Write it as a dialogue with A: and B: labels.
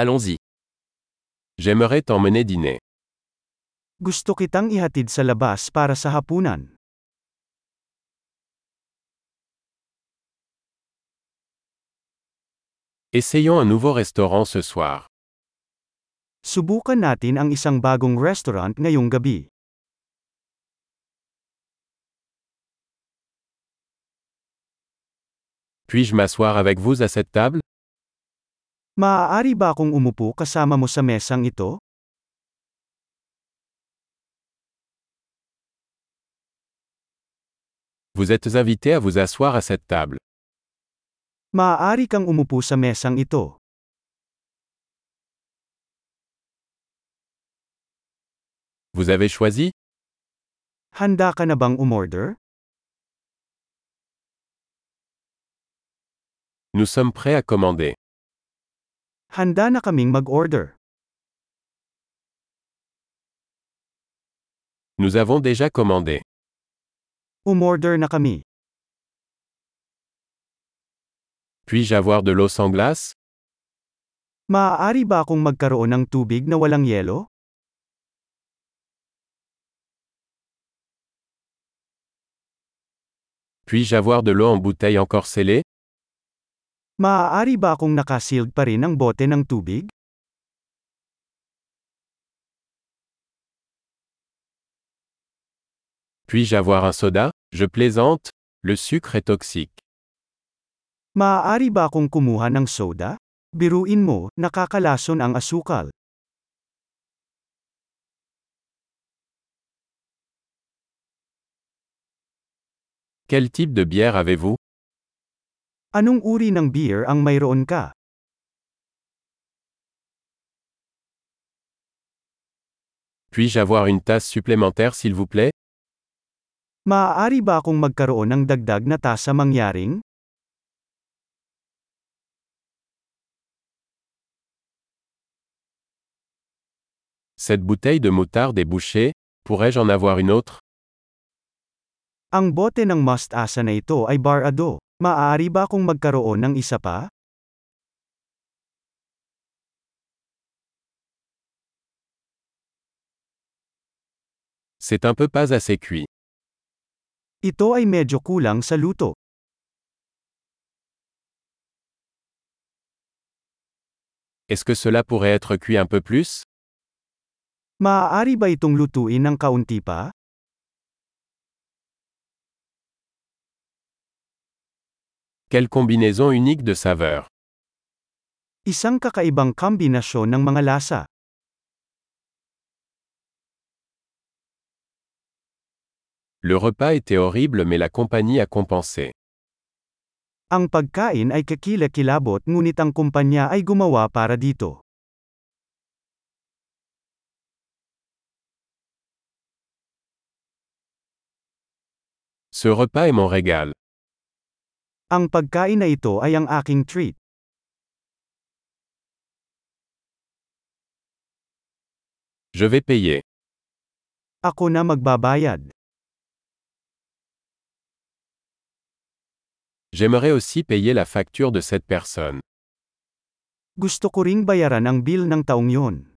A: Allons-y. J'aimerais t'emmener dîner.
B: Gusto kitang ihatid sa labas para sa hapunan.
A: Essayons un nouveau restaurant ce soir.
B: Subukan natin ang isang bagong restaurant ngayong gabi.
A: Puis-je m'asseoir avec vous à cette table
B: Maaari ba akong umupo kasama mo sa mesang ito?
A: Vous êtes invité à vous asseoir à cette table.
B: Maaari kang umupo sa mesang ito.
A: Vous avez choisi
B: Handa ka na bang umorder?
A: Nous sommes prêts à commander.
B: Handa na kaming mag-order.
A: Nous avons déjà commandé.
B: Umorder na kami.
A: Puis-je avoir de l'eau sans glace
B: Maaari ba akong magkaroon ng tubig na walang yelo?
A: Puis-je avoir de l'eau en bouteille encore scellée
B: Maaari ba akong nakasealed pa rin ang bote ng tubig?
A: Puis-je avoir un soda Je plaisante. Le sucre est toxique.
B: Maaari ba akong kumuha ng soda? Biruin mo, nakakalason ang asukal.
A: Quel type de bière avez-vous
B: Anong uri ng beer ang mayroon ka?
A: Puis-je avoir une tasse supplémentaire s'il vous plaît
B: Maaari ba akong magkaroon ng dagdag na tasa mangyaring?
A: Cette bouteille de moutarde est bouchée. Pourrais-je en avoir une autre
B: Ang bote ng mustasa na ito ay barado. Maaari ba akong magkaroon ng isa pa?
A: C'est un peu pas assez cuit.
B: Ito ay medyo kulang sa luto.
A: Est-ce que cela pourrait être cuit un peu plus
B: Maaari ba itong lutuin ng kaunti pa?
A: Quelle combinaison unique de saveurs.
B: Isang kakaibang kombinasyon ng mga lasa.
A: Le repas était horrible mais la compagnie a compensé.
B: Ang pagkain ay kakilakilabot ngunit ang kumpanya ay gumawa para dito.
A: Ce repas est mon régal.
B: Ang pagkain na ito ay ang aking treat.
A: Je vais payer.
B: Ako na magbabayad.
A: J'aimerais aussi payer la facture de cette personne.
B: Gusto ko ring bayaran ang bill ng taong yon.